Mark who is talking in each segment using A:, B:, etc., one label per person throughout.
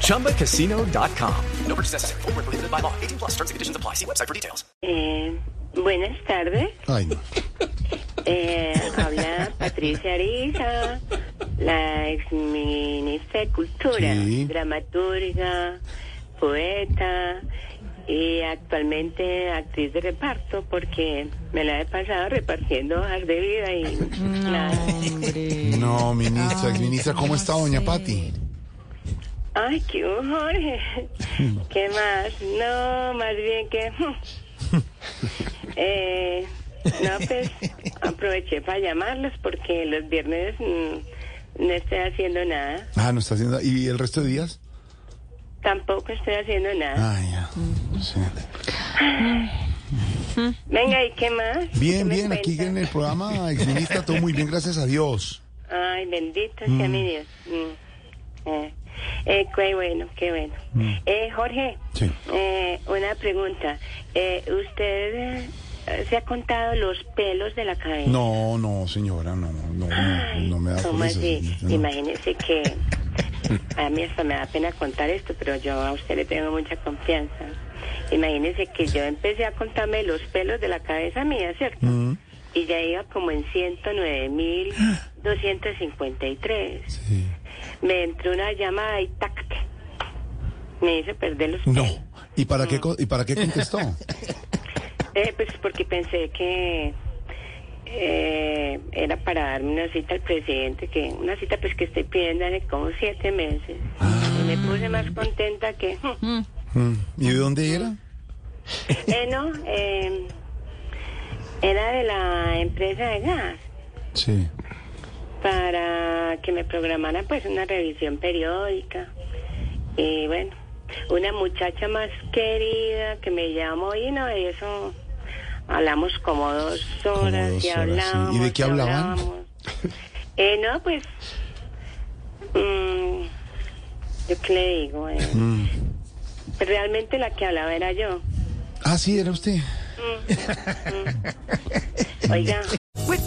A: ChumbaCasino.com. No purchase necessary. Void where prohibited by law. 18 plus terms and conditions apply. See website for details.
B: Eh, buenas tardes.
C: Ay, no.
B: Eh, habla Patricia Ariza, la ex ministra de Cultura,
C: Sí.
B: dramaturga, poeta y actualmente actriz de reparto porque me la he pasado repartiendo hojas de vida y nada.
C: No, ministra, exministra, ¿cómo está doña Pati?
B: Ay, qué hubo, Jorge. ¿Qué más? No, más bien que... eh, no, pues aproveché para llamarlos porque los viernes mm, no estoy haciendo nada.
C: Ah, no está haciendo... ¿Y el resto de días?
B: Tampoco estoy haciendo nada.
C: Ay, ya. Sí.
B: Venga, ¿y qué más? ¿Qué
C: Bien,
B: me
C: bien, aquí
B: cuenta?
C: en el programa, exministra, todo muy bien, gracias a Dios.
B: Ay, bendito sea mi Dios. Mm. Eh, eh, qué bueno, qué bueno. Eh, Jorge,
C: Sí.
B: eh, una pregunta. Eh, ¿Usted eh, se ha contado los pelos de la cabeza?
C: No, no, señora, no, no, no, no me da
B: ¿Cómo
C: por eso,
B: así?
C: señorita, no.
B: Imagínese que a mí hasta me da pena contar esto, pero yo a usted le tengo mucha confianza. Imagínese que yo empecé a contarme los pelos de la cabeza mía, ¿cierto?
C: Mm.
B: Y ya iba como en 109.253.
C: Sí.
B: Me entró una llamada y tac, me hizo perder los
C: No.
B: pelos.
C: ¿Y para qué, co- ¿Y para qué contestó?
B: Eh, pues porque pensé que eh, era para darme una cita al presidente, que una cita pues que estoy pidiendo hace como siete meses. Y me puse más contenta que...
C: Mm, ¿Y de dónde era?
B: Eh, no, eh, era de la empresa de gas
C: Sí.
B: para que me programaran pues una revisión periódica. Y bueno, una muchacha más querida que me llamó y no, de eso hablamos como dos
C: Como
B: horas
C: dos
B: y
C: horas, sí.
B: hablamos.
C: ¿Y de qué hablaban?
B: hablábamos. Eh, no, pues, mm, yo qué le digo, eh,
C: Mm.
B: pues, realmente la que hablaba era yo.
C: Ah, sí, era usted.
B: Oiga.
D: With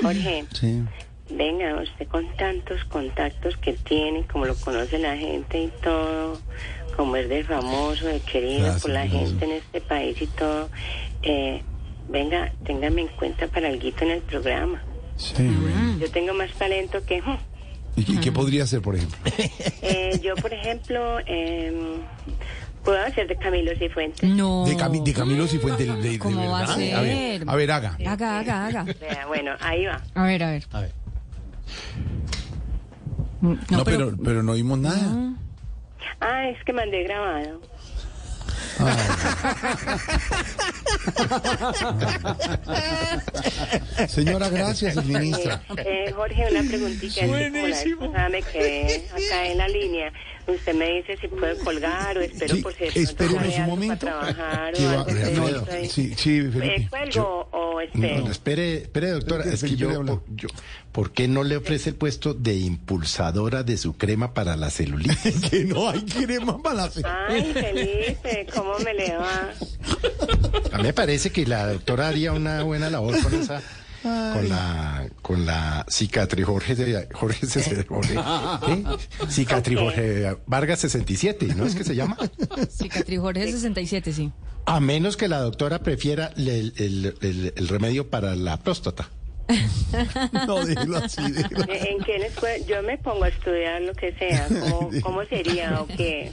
B: Jorge,
C: Sí.
B: venga, usted con tantos contactos que tiene, como lo conoce la gente y todo, como es de famoso, de querido
C: Gracias,
B: por la
C: gracias.
B: gente en este país y todo, eh, venga, téngame en cuenta para algo en el programa.
C: Sí, bueno.
B: Yo tengo más talento que... ujú.
C: ¿Y qué, qué podría hacer, por ejemplo?
B: Eh, yo, por ejemplo, em, puedo hacer de Camilo Cifuentes.
E: No.
C: De, Cami- de Camilo Cifuentes, de, de- de
E: ¿Cómo va a ser?
C: verdad. ver, a ver, haga.
E: Haga, haga, haga.
B: Vea, Bueno, ahí va.
E: A ver, a ver.
C: A ver.
E: No,
C: No, pero, pero, no oímos nada.
B: Ah, es que mandé grabado.
C: Señora, gracias, exministra.
B: Eh, Jorge, una preguntita. Buenísimo. me quedé acá en la línea. Usted me dice si puedo colgar o espero
C: Sí,
B: por si de pronto
C: espérenos
B: sale
C: un
B: algo
C: momento.
B: Para trabajar
C: Que
B: o
C: va-
B: algo de
C: no,
B: eso.
C: no, sí, sí,
B: Eh,
C: Felipe.
B: ¿Cuelgo
C: Yo-
B: o espero?
F: No, espere, espere, doctora,
C: Espere,
F: es que
C: Felipe,
F: yo,
C: habla.
F: por, yo- ¿por qué no le ofrece el puesto de impulsadora de su crema para la celulitis?
C: que no hay crema para la ce-
B: Ay, Felipe, ¿cómo me le va?
F: A mí me parece que la doctora haría una buena labor con esa, con la, con la cicatriz Jorge, de- Jorge, se- Jorge, ¿eh? Cicatriz Jorge Vargas 67, ¿no es que se llama?
E: Cicatriz Jorge 67, sí.
F: A menos que la doctora prefiera el, el- el- el remedio para la próstata.
B: Ah.
C: No, dilo así, dilo así.
B: ¿En qué escuela? Yo me pongo a estudiar lo que sea. ¿Cómo, cómo sería o qué?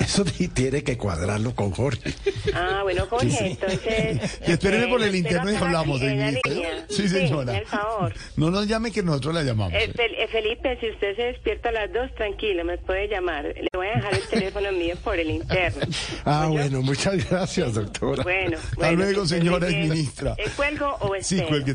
F: Eso sí tiene que cuadrarlo con Jorge.
B: Ah, bueno, Jorge, entonces...
C: Y espéreme
B: eh,
C: por el
B: lo espero
C: internet y
B: acá
C: hablamos,
B: en la
C: señorita.
B: línea.
C: Sí, señora.
B: por favor.
C: No nos llame que nosotros la llamamos.
B: Eh, Fel- eh, Felipe, si usted se despierta a las dos, tranquilo, me puede llamar. Le voy a dejar el teléfono mío por el interno.
F: Ah,
B: ¿Oyó?
F: bueno, muchas gracias, doctora.
B: Bueno,
C: Hasta
B: bueno,
C: luego,
B: que esté
C: señora
B: bien.
C: ministra.
B: ¿Eh, ¿Cuelgo o
C: Sí,
B: espero?
C: cuelgue